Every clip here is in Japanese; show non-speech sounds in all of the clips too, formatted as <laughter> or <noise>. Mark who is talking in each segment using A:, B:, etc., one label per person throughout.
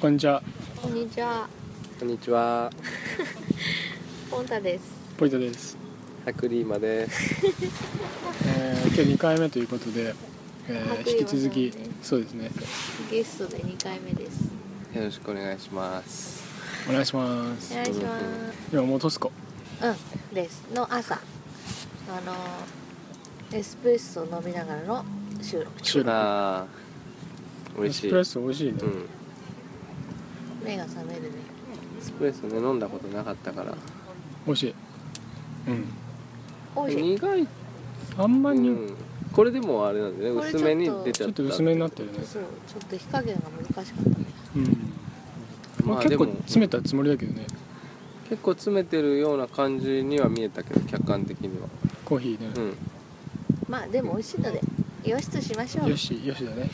A: こんにちは、
B: こんにちは、
C: こんにちは。
B: ポンタです。
A: ポイトです。
C: 白リーマです。
A: えー今日2回目ということで、えー
B: 白衣
A: 引き続き
B: をしたのね、
A: そうですね、
B: ゲストで2回目です。
C: よろしくお願いします。
A: お願いします
B: お。願いしま
A: 今もうトスコ、
B: す。うん、です。の朝、あのーエスプレッソを飲みながらの収録。
A: 収録。
C: ああ、
A: エ
C: 嬉し
A: ス
C: い。
A: プレッソ美味しいね。
C: うん。
B: 目が覚めるね。
C: エスプレッソね飲んだことなかったから。
A: 美味しい。うん。
B: おいしい。
C: 苦い。
A: あんま
C: う
A: り、
C: ん。これでもあれなんだね。
B: これちょっと
C: 薄めに出ち
A: ち
C: ゃ
A: ょ
C: っ。
A: ったと薄めになってるね。
B: そう、ちょっと火加減が難しかったね。
A: うん。ま
C: ま
A: あ、
C: あ
A: 結
C: で
A: 構
C: も
A: 詰めたつもりだけどね、
C: 結構詰めてるような感じには見えたけど客観的には。
A: コーヒーね。
C: うん。
B: まあでも美味しいので、よしとしましょう。
A: よし、よしだね。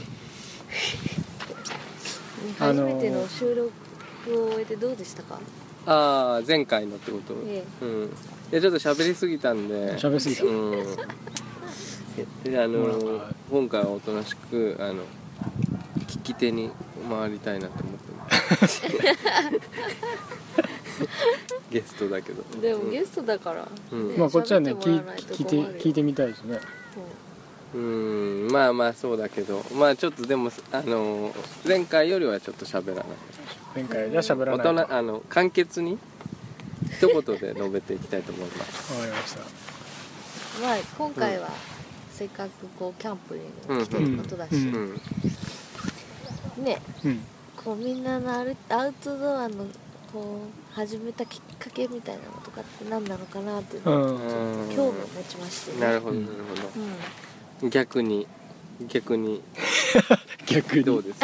A: あ
B: 初
A: のー
B: めての収録を終えてどうでしたか。
C: ああ前回のってこと。
B: え
C: うん。いやちょっと喋りすぎたんで。
A: 喋りすぎた
C: うん。であ
A: もうなん
C: の
A: か
C: 今回はおとなしくあの聞き手に回りたいなと思ってます
A: <laughs>
C: ゲストだけど
B: えでもゲ
C: ス
B: ストだから。
C: うん
A: まあ、こっちはね、
B: 喋っても
A: 聞
B: らわないと
A: 聞い
B: 困
A: て
B: るよ、
A: 聞いてみたいですね。
C: トうんまあまあそうだけどまあちょっとでもあの前回よりはちょっと喋らない
A: 前回じゃ喋らないと。
C: 大
A: わ
C: 人あの簡潔に一言で述べていきたいと思います
A: かりました。
B: うんまあ今回はせっかくこうキャンプに来てることだし、
A: うん
C: うん
B: ね
A: うん。
B: こうみんなのアルアウトドアのこう始めたきっかけみたいなのとかって何なのかなっていう
A: う
B: のを
A: ん。
C: う
B: 興
C: ん
B: 味を持ちましてね
C: なるほどなるほど逆に逆に
A: 逆に。
C: どう <laughs> です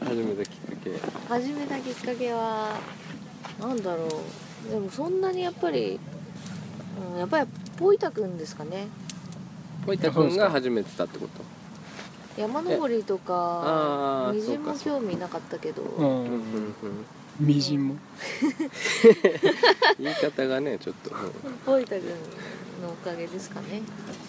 C: 初めてきっかけ
B: うん、始めたきっかけはなんだろうでもそんなにやっぱり、うん、やっぱりポイタくんですかね
C: ポイタ君が初めてたってこと
B: 山登りとか
C: あー
B: みじんも
C: そうかそ
B: 興
C: う
B: 味なかったけど、
A: う。
C: うん
A: みじんも。
C: 言い方がねちょっと
B: ポイタくんのおかげですかね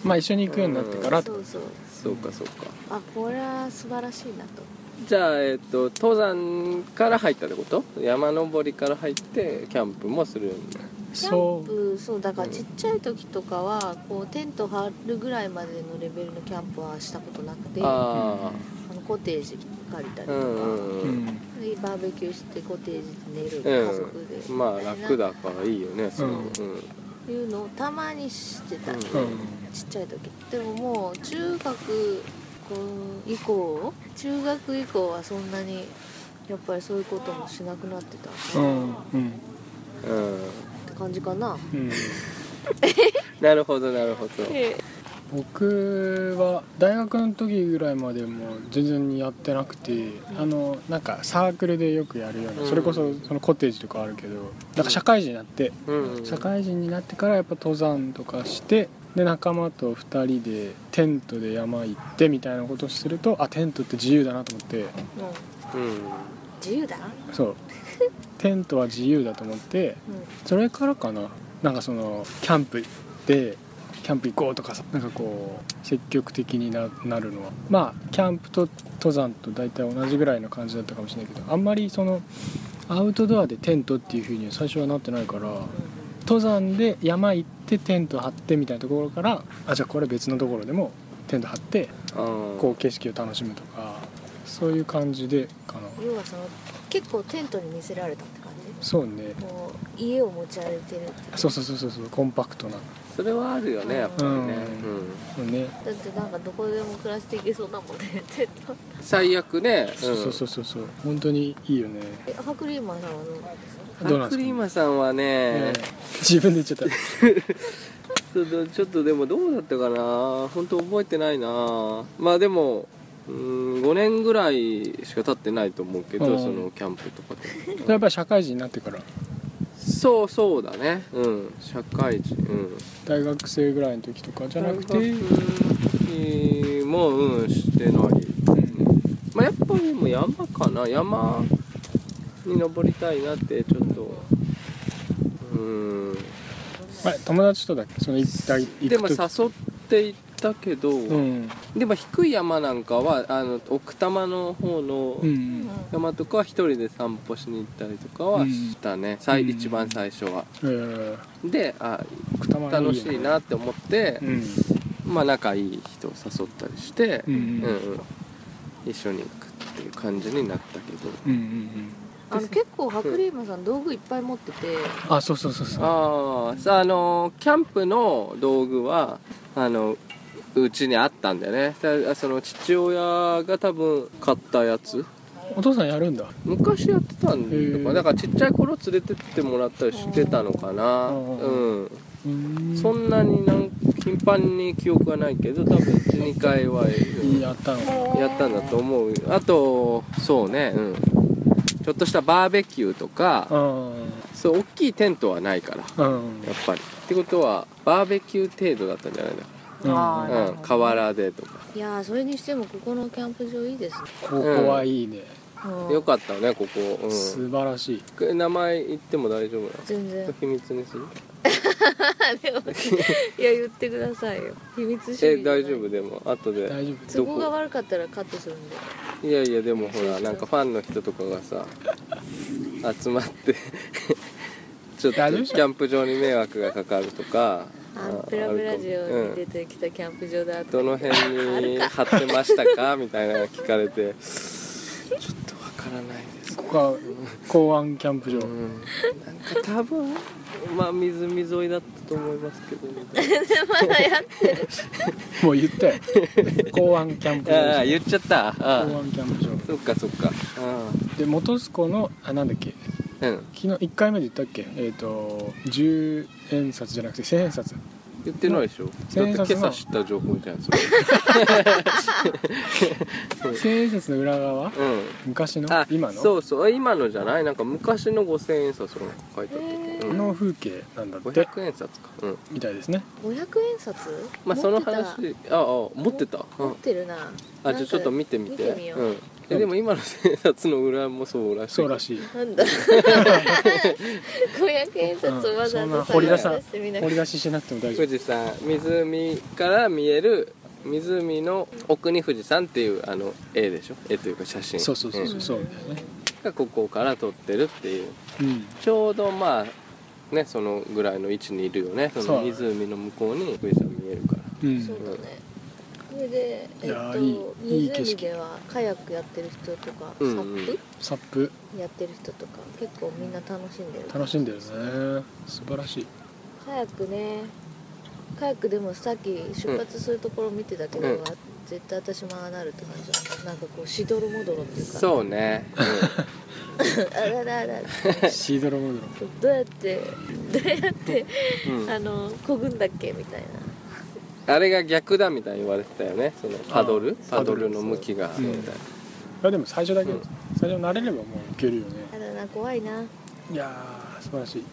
A: まあ、一緒に行くようになってからって
B: そ
A: こと
B: うそう
C: そうかそうか
B: あこれは素晴らしいなと
C: じゃあえっ、と登山から入ったってこと山登りから入ってキャンプもするようになる
B: キャ
A: そ
B: ン
A: う
B: プそうだからちっちゃい時とかはこうテント張るぐらいまでのレベルのキャンプはしたことなくてあ
C: あ
B: のコテージ借りたり
C: あう
B: とか、
C: んうん
A: う
C: う
A: ん
C: ん、
B: でバーベキューしてコテージで寝る、
C: うん
B: 家族で
C: まあ楽だからいいよねそのうん
B: いうのをたまにしてた、
C: うん
B: ちっ
A: うん
B: ちゃい時でももう中学こう以降中学以降はそんなにやっぱりそういうこともしなくなってた
A: う
B: っ
A: んうん
C: うん、
B: て感じかな、
A: うん
C: なるほどなるほど
A: 僕は大学の時ぐらいまでも全然やってなくてあのなんかサークルでよくやるような
C: うん
A: それこそそのコテージとかあるけどなんか社会人になって
C: うん
A: 社会人になってからやっぱ登山とかしてで仲間と2人でテントで山行ってみたいなことをするとあテントって自由だなと思って
B: うん、
C: うん
B: 自由だ、
A: そうテントは自由だと思って
B: うん
A: それからかななんかそのキャンプでキャンプ行こうとかさなんかこう積極的にななるのはまあキャンプと登山と大体同じぐらいの感じだったかもしれないけどあんまりそのアウトドアでテントっていう風には最初はなってないから登山で山行ってテント張ってみたいなところからあじゃあこれ別のところでもテント張ってこう景色を楽しむとかそういう感じでかな
B: 要はその結構テントに見せられたって感じ
A: そうね
B: こう家を持ち歩いてるって
A: そうそうそうそうそうコンパクトな
C: それはあるよねやっぱりね、
A: うん
C: うん
A: のね
B: だってなんかどこでも暮らしていけそうだもんねテント
C: 最悪ね
A: そうそうそうそうそう本当にいいよね
B: えハクリーマンさんはどうなんですか
C: うん
A: どうなんで
C: ク
A: す
C: リ
A: か
C: ーマさんはね
A: え、え自分で言っちゃっ
C: ちょっとちょっとでもどうだったかな本当覚えてないなまあでもうーん5年ぐらいしか経ってないと思うけど、
A: うん
C: そのキャンプとかで
A: たやっぱり社会人になってから
C: そうそうだねうん社会人うん
A: 大学生ぐらいの時とかじゃなくて
C: 大学の時もうんしてない、まあ、やっぱりでも山かな山に登りたいなってちょっとうん
A: あれ友達とだっけその行った行
C: で
A: く
C: も
A: 時
C: 誘っていっったけど、
A: うん
C: でも低い山なんかはあの奥多摩の方の
A: うん
C: 山とかは一人で散歩しに行ったりとかはしたね、最
A: うん
C: 一番最初は。
A: えー
C: であ
A: 奥多摩が
C: 楽
A: よ
C: し
A: ね
C: いなって思って、
A: うん
C: まあ仲いい人を誘ったりして、
A: うん
C: うん
A: うん
C: うん一緒に行くっていう感じになったけど。
A: うんうん
B: あの結構白リーマンさん道具いっぱい持ってて
A: あそうそうそうそう
C: ああさあのキャンプの道具はあのうちにあったんだよねさその父親が多分買ったやつ
A: お父さんやるんだ
C: 昔やってたん
A: へ
C: と
A: ー
C: かだからちっちゃい頃連れてってもらったりしてたのかな
A: あー
C: うん
A: うーん
C: そんなになん頻繁に記憶はないけど多分12回は
A: やったの
C: やったんだと思うあとそうねうんちょっとしたバーベキューとか
A: う
C: そう大きいテントはないから
A: んうん
C: やっぱりってことはバーベキュー程度だったんじゃない
A: あー
C: のうん河原でとか、
B: いやーそれにしてもここのキャンプ場いいですね、
A: ここはいいね
B: うん
C: よかったねここ、う
A: 素晴らしい
C: ん、名前言っても大丈夫なのち
B: 全
C: <laughs> ょっ
B: 然
C: と秘密にする
B: でもいや言ってくださいよ秘密主
C: え
B: 義じゃない
C: 大丈夫でも後で
A: 大丈
B: 都合が悪かったらカットするんで
C: いやいやでもほらなんかファンの人とかがさ集まって <laughs> ちょっとキ
A: 大丈夫
C: ャンプ場に迷惑がかかるとか
B: あ
C: あ
B: ペラペラジ
C: ある
B: オ
C: かも
B: に出てきたキャンプ場だ <laughs>
C: どの辺に貼ってましたかみたいなの聞かれてちょっとわからないです
A: 夫ここが公安キャンプ場
C: うんなんか多分まあ湖沿いだったと思いますけどみたいな
A: もう言ったよ公安キャンプ
C: <laughs> ああ
A: 場
C: 言っちゃったああ
A: 公安キャンプ場
C: そっかそっかあ
A: で本栖湖のあなんだっけ
C: あうん
A: 昨日1回目で言ったっけえっ、と10円札じゃなくて1000円札
C: 言ってないでしょだ
A: 千円
C: っ
A: 札の
C: て今朝知った情報じゃ
A: <laughs>
C: んそれ
A: 1000円札の裏側
C: うん
A: 昔の
C: あ
A: 今の
C: そうそう今のじゃないなんか昔の五千円札の書いてあったっけ、うん、
A: の風景なんだって
C: 500円札かうん
A: みたいですね
B: 500円札
C: まあその
B: 持って
C: 話ああ持ってた、
B: た
C: う
B: 持っ
C: ん、
B: てるな
C: あじゃあちょっと見てみて
B: 見てみよう
C: うん、えでも今の千円札の裏もそうらしい
A: そうらしい
B: なんだ500円札をわざ
A: うんそんな
B: わざ
A: 掘り
B: 探し
A: 出さ
B: 出してみな
A: 掘り出ししなくても大丈夫
C: 富士山湖から見える湖の奥に富士山っていうあの絵でしょ絵というか写真
A: そうそうそうそ
C: ん
A: うそうだよね
C: がここから撮ってるっていう
A: うん
C: ちょうどまあねそのぐらいの位置にいるよねそ
A: そう
C: の
A: だね
C: 湖の向こうに富士山見えるから
A: うん
B: そうだねそれで、え
A: い
B: っ
A: や
B: と、
A: ーいいいい景
B: 湖
A: 色
B: ではカヤックやってる人とか、
C: うん
B: サ
C: うん
B: ッ
A: サップ
B: プやってる人とか結構みんな楽しんでる
A: 楽しんでるね素晴ら
C: <laughs>
A: しい
B: カヤックねカヤックでもさっき出発するところ見てたけど、
C: うん
B: 絶対私もああなるって感じだなんかこうしどろもどろっていうか
C: そうね、
B: あららら
A: シードロモドロ
B: どうやってどうやって
C: うんうん
B: あのこぐんだっけみたいな
C: あれが逆だみたいに言われてたよねそのパドル
A: あ
C: パドルの向きが
A: うん
C: みたい
A: いやでも最初だけ、
C: うん
A: 最初慣れればもういけるよね
B: あらな怖いない
A: やー素晴らしい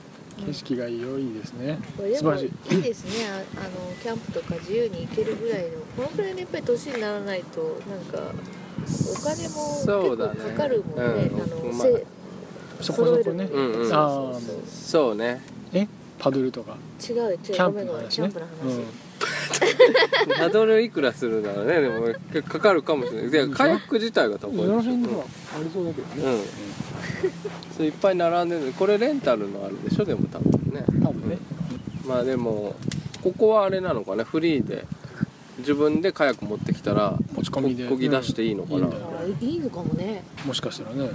A: 景色が良いですね、
B: これで
A: 素晴
B: も
A: らし
B: い
A: い
B: いですねああのキャンプとか自由に行けるぐらいのこのぐらいのやっぱり年にならないとなんかお金
C: そ
B: も
C: うだね
B: 結構かかるもんね
C: うん
B: あの、
C: まあ
B: せ
A: そこそこ
B: 揃え
A: ね
B: る
C: うんうん
B: そうそうそう
C: そうね
A: えパドルとか
B: 違うよ違う
A: キ
B: ご
A: ャン
B: め
A: プ
B: ん
A: の
B: ごめん
A: 話
B: キャ
A: ね
B: ンプの話、
C: パドルいくらするならねでもかかかるかもしれないでカヤック自体が高
A: う
C: い
A: ん
C: でし
A: そ
C: ょ
A: の辺にはありそうだけど
C: う
A: ね、
C: ん、それいっぱい並んでるこれレンタルのあるでしょでも多分ね
A: 多分ね、
C: まあでもここはあれなのかねフリーで自分でカヤック持ってきたら
A: 持ち込みで
C: ここぎ出していいのかな
A: うんいいんだよ
B: あーいいのかもね
A: もしかしたらね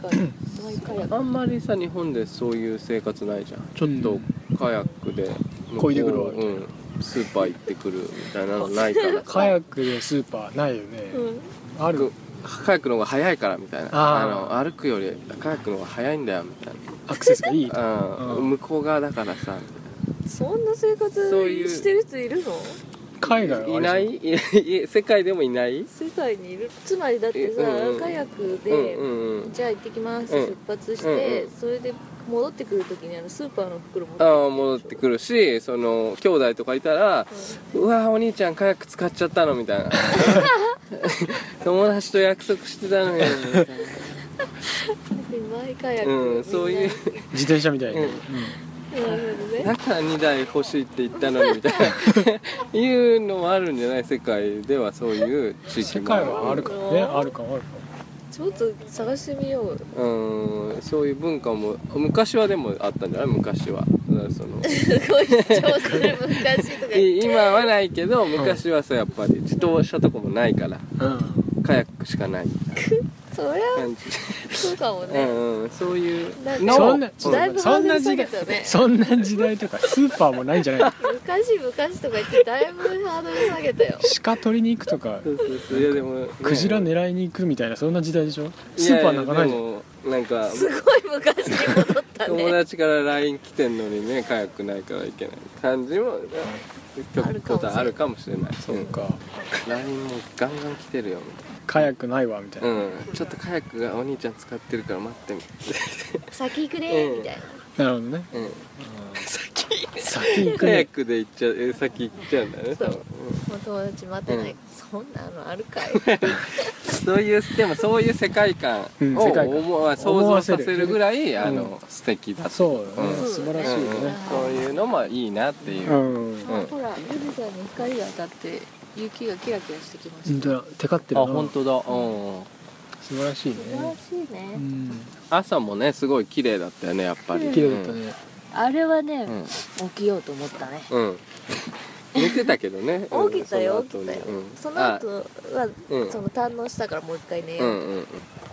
B: 確かに毎回や
C: あんまりさ日本でそういう生活ないじゃんちょっとカヤックで
A: 漕いでくるわ
C: うん、スーパー行ってくるみたいなのないから
A: カヤックでスーパーないよね、
B: うん
A: ある
C: カヤックの方が早いからみたいな
A: あ
C: あの歩くよりカヤックの方が早いんだよみたい
A: アクセスがいい
C: な、うん
A: うん
C: 向こう側だからさ
B: そんな生
C: そう
B: 活
C: いう
B: してる人いるの
A: 海外はありそう
C: いない <laughs> いい世界でもいない
B: 世界にいるつまりだってさ、
C: うんうん
B: カヤック
C: うん
B: で、
C: うんうん
B: じゃあ行ってきます、
C: うん
B: 出発して、
C: うんうん
B: それで戻ってくる時にあのスーパーの袋持ってくる
C: ああ戻ってくるしその兄弟とかいたら「うわーお兄ちゃんカヤック使っちゃったの」みた
A: <laughs>
C: いな「友達と約束してたのよ」みたいな
B: うん、マイカヤック、
C: うんそうい
B: みん
C: う
B: な
A: 自転車みたいに、
C: うん
A: うん
B: <laughs> なるほどね
C: だから2台欲しいって言ったのにみたいないうのもあるんじゃない世界ではそういう地域
A: 世
C: も
A: 界はあるかもね
B: うん
A: あるかもあるか
B: ちょっと探してみよう
C: うんそういう文化も昔はでもあったんじゃない昔はだからその
B: すごい主張する昔とか言って
C: い今はないけど昔はさやっぱり自動車とかもないから
A: もうん
C: カヤックしかないみたい
B: そりゃ
C: な感じ
B: そうかも
C: う
B: ね
C: んうんそういう
B: なんか
C: の
A: そん
C: を
A: な
B: だいぶ
A: そんな
B: 外
A: 時代
B: されたね
A: そんな時代とかスーパーもないんじゃない
B: 昔昔とか言ってだいぶハードル下げたよ
A: 鹿取りに行くとか
C: そうそうそういやでも
A: クジラ
C: ね
A: 狙いに行くみたいなそんな時代でしょスーパーなんかないじゃん
C: ややでもなんか
B: すごい昔に戻った
C: 友
B: ね
C: 達から LINE 来てんのにねカヤックないからいけない感じもちょっとあるかもしれない
A: そうか
C: LINE もガンガン来てるよみ
A: カヤックないわみたい
C: たいな
A: な
C: うんちょっとカヤックがお兄ちゃん使ってるから待ってみ
B: 先行くねみたいな
A: なるほどね
C: たいな <laughs> うん
B: 先
A: 先行く
C: カヤ
A: ね
C: ッ <laughs> クで行っちゃうえ先行っちゃうんだね
B: そ
C: 多
B: う
C: 分
B: もう友達待ってない、
C: うん
B: そんなのあるかい
C: うんそういうでもそういう世界観を
A: うん世界観
C: 思わ想像させるぐらいあの素敵だと
A: そうだね、
C: うん
A: 素晴らしい
C: うん
A: よ
C: うん
A: ね、
C: そういうのもいいなっていううん
A: うん、
B: ほら富士山に光が当たって雪がキラキラしてきま
A: 本
B: した
A: 当だテカって
C: あ
A: るな
C: 本当だうん
A: 素晴らしいね
B: 素晴らしいうね、
A: ん
C: 朝もねすごい綺麗だったよねやっぱり
A: 綺麗だったね、
B: あれはね、
C: うん
B: 起きようと思ったね
C: うん寝てたけどねうん
B: 起きたよ起
C: そ
B: きた
C: の後に
B: よ
C: うん
B: その後は、
C: うん
B: その堪能したからもう一回寝
C: う
B: よう、
C: んうんうん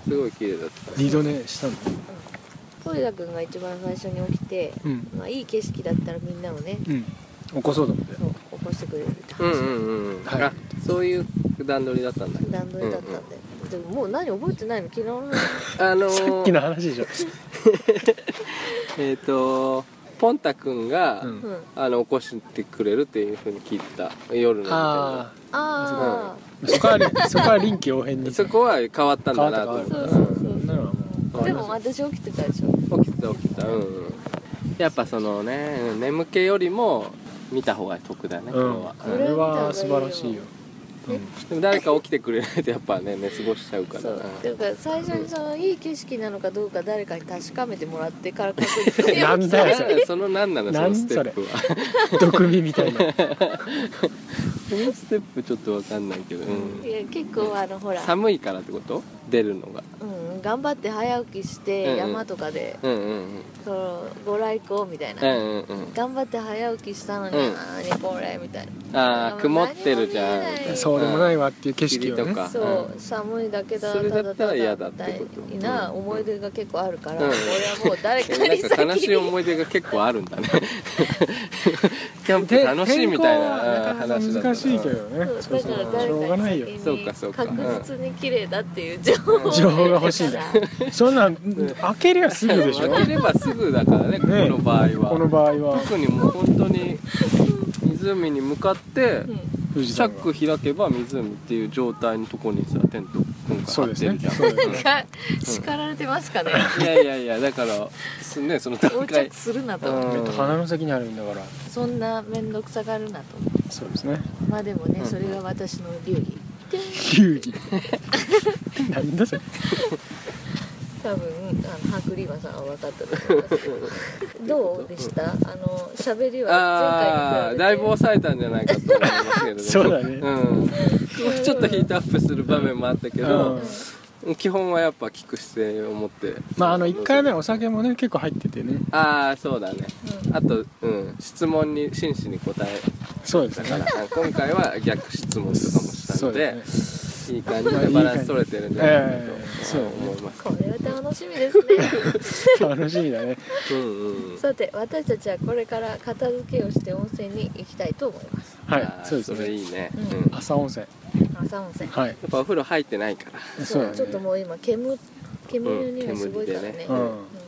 C: すごい綺麗だった
A: 二度寝したの
B: トリダ君が一番最初に起きて、
A: うん
B: まあ、いい景色だったらみんなをね
A: うん起こそうと思って
B: そう起こしてくれるって
C: う
B: 話、
C: んうんうんうん
A: はい
C: あそういう段取りだったんだ
B: 段取りだったんだよ、でももう何覚えてないの昨日の
C: あの
A: さっきの話でしょ、
C: えっとポンタ君が
A: う、
B: うんん
C: あの起こしてくれるっていうふうに聞いた夜のみ
A: あ
C: た
B: あ
A: あそこはそこは臨機応変
C: いな
A: に
C: <laughs> そこは変わったんだなと思
B: あそ
A: 変
B: う
A: わ
B: そう
C: っ
B: そう
A: ならも
B: あ
A: う
B: でも私起きてたでしょ
C: た起きた起きたうんうんやっぱそのねうん眠気よりも見た方が得だね
A: う
C: 今
A: ん
C: 日は
A: これは素晴らしいよ、うん、
C: でも誰か起きてくれないとやっぱね寝過ごしちゃうから
B: そう
C: な
B: ていうか最初にそのいい景色なのかどうか誰かに確かめてもらってから確認して
A: な
B: よ
A: んだよそれ
C: その何なのその
A: 何
C: ステップは
A: 毒味みたいな
C: そのステップちょっと分かんないけど、うん
B: いや結構あのほら、
C: 寒いからってこと出るのが
B: うん、頑張って早起きして
C: うんうん
B: 山とかで、
C: うんうん
B: そのご来光みたい
C: うんう
B: な、
C: んうん
B: 頑張って早起きしたのに、
C: うん
B: 何これみたいな
C: うんああ曇ってるじゃん
B: 何も見えない
A: そうでもないわっていう景色を
C: 霧
A: ね
C: とか
B: そう、
C: うん
B: 寒いだけだ
C: それだったら
B: ただ
C: 嫌だってこと
B: みたいな思い出が結構あるから、
C: うん
B: 俺はもう誰かに
C: なんか
B: 先
C: 悲しい
B: に
C: 思い出が結構あるん
A: <laughs>
C: だねキャンプ楽しいみたい
A: 天
C: な
A: 候は
C: 話だ
A: な
C: っ
A: かな
C: た
A: か難しいけどね
B: そう
A: そう
B: だ
A: そう
B: から
A: しょう
B: 誰
A: が
B: か
A: ないよ
B: に
C: そうかそうか
B: 先に確実に綺麗だっていう情報
A: 情報が欲しいん
B: <laughs>
A: だよそんなん開けりゃすぐでしょ
C: 負ければすぐだからねこ
A: ね
C: の場合
A: この
C: は
A: 場合は
C: 特にもう本当に湖に向かって
B: うん
A: 富士
C: シャ
A: 山
C: ック
A: が
C: 開けば張っていう状態のとこにさテント今回
A: そうで
C: 張っ
A: す
C: てる
A: ね
C: じゃん
A: そうです
B: なん
A: ね
B: か叱られてますかね
C: いやいやいやだからすねその高
B: 横
C: い
B: 着するな
C: う
B: と
C: ん
A: 鼻の先にあるんだから
B: そんな面倒くさがるなと
A: そうですね
B: まあでもね
C: うん
B: それが私の流儀
A: 流儀なんだそれ
B: 多分あのハクリーマさんは分かったと思いますけどどうでしたあの喋りは前回に
C: ああ
B: 比べて
C: だいぶ抑えたんじゃないかと思いますけれど
A: そうだね
C: うん、もうちょっとヒートアップする場面もあったけど、基本はやっぱ聞く姿勢を持って
A: まああの1回目お酒もね結構入っててね
C: ああそうだね
B: うん
C: あと、うん、質問に真摯に答え
A: そうです
C: た
A: ね
C: から今回は逆質問とかもした
A: そ
C: の
A: う
C: で
A: ですね
C: いい感じでバランス取れてるんじゃないか
A: ええ
C: と
A: そうね
C: 思います、
B: これは楽しみですね <laughs>
A: 楽しみだね
C: うんうんうん
B: さて私たちはこれから片付けをして温泉に行きたいと思います
A: は
C: あー
A: いそうです
C: それ
A: ね
C: いいね、
B: うん
C: うんやっ
A: 朝温泉
B: 朝温泉
A: はい
C: ぱお風呂入ってないから
A: そうだ
B: ちょっと
A: ね
B: もう今煙煙の匂いすごいからね,、
C: うん煙でね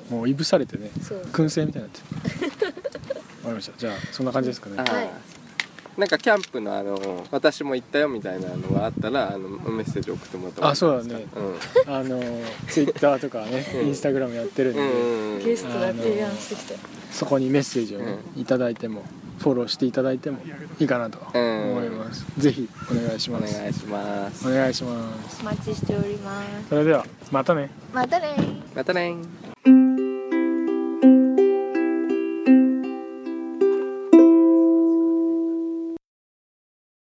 A: うんもういぶされてね
B: そう
A: 燻製みたいになってる <laughs> わかりましたじゃあそんな感じですかね
C: あ
B: はい
C: ーなんかキャンプのあの私も行ったよみたいなのがあったらあのメッセージ送ってもらっても
A: あそうだね
C: う
A: あのツイッターとかね
C: <laughs> うん
A: インスタグラムやってるん
C: んうん
A: で
C: うんうん
B: ゲストが提案してきた、
A: そこにメッセージをねいただいてもフォローしていただいてもいいかなと
C: うん
A: 思いますぜひお願いし
C: お
A: ます
C: 願いします
A: お願いします
B: お待ちしております
A: それではまたね
B: またね
C: またね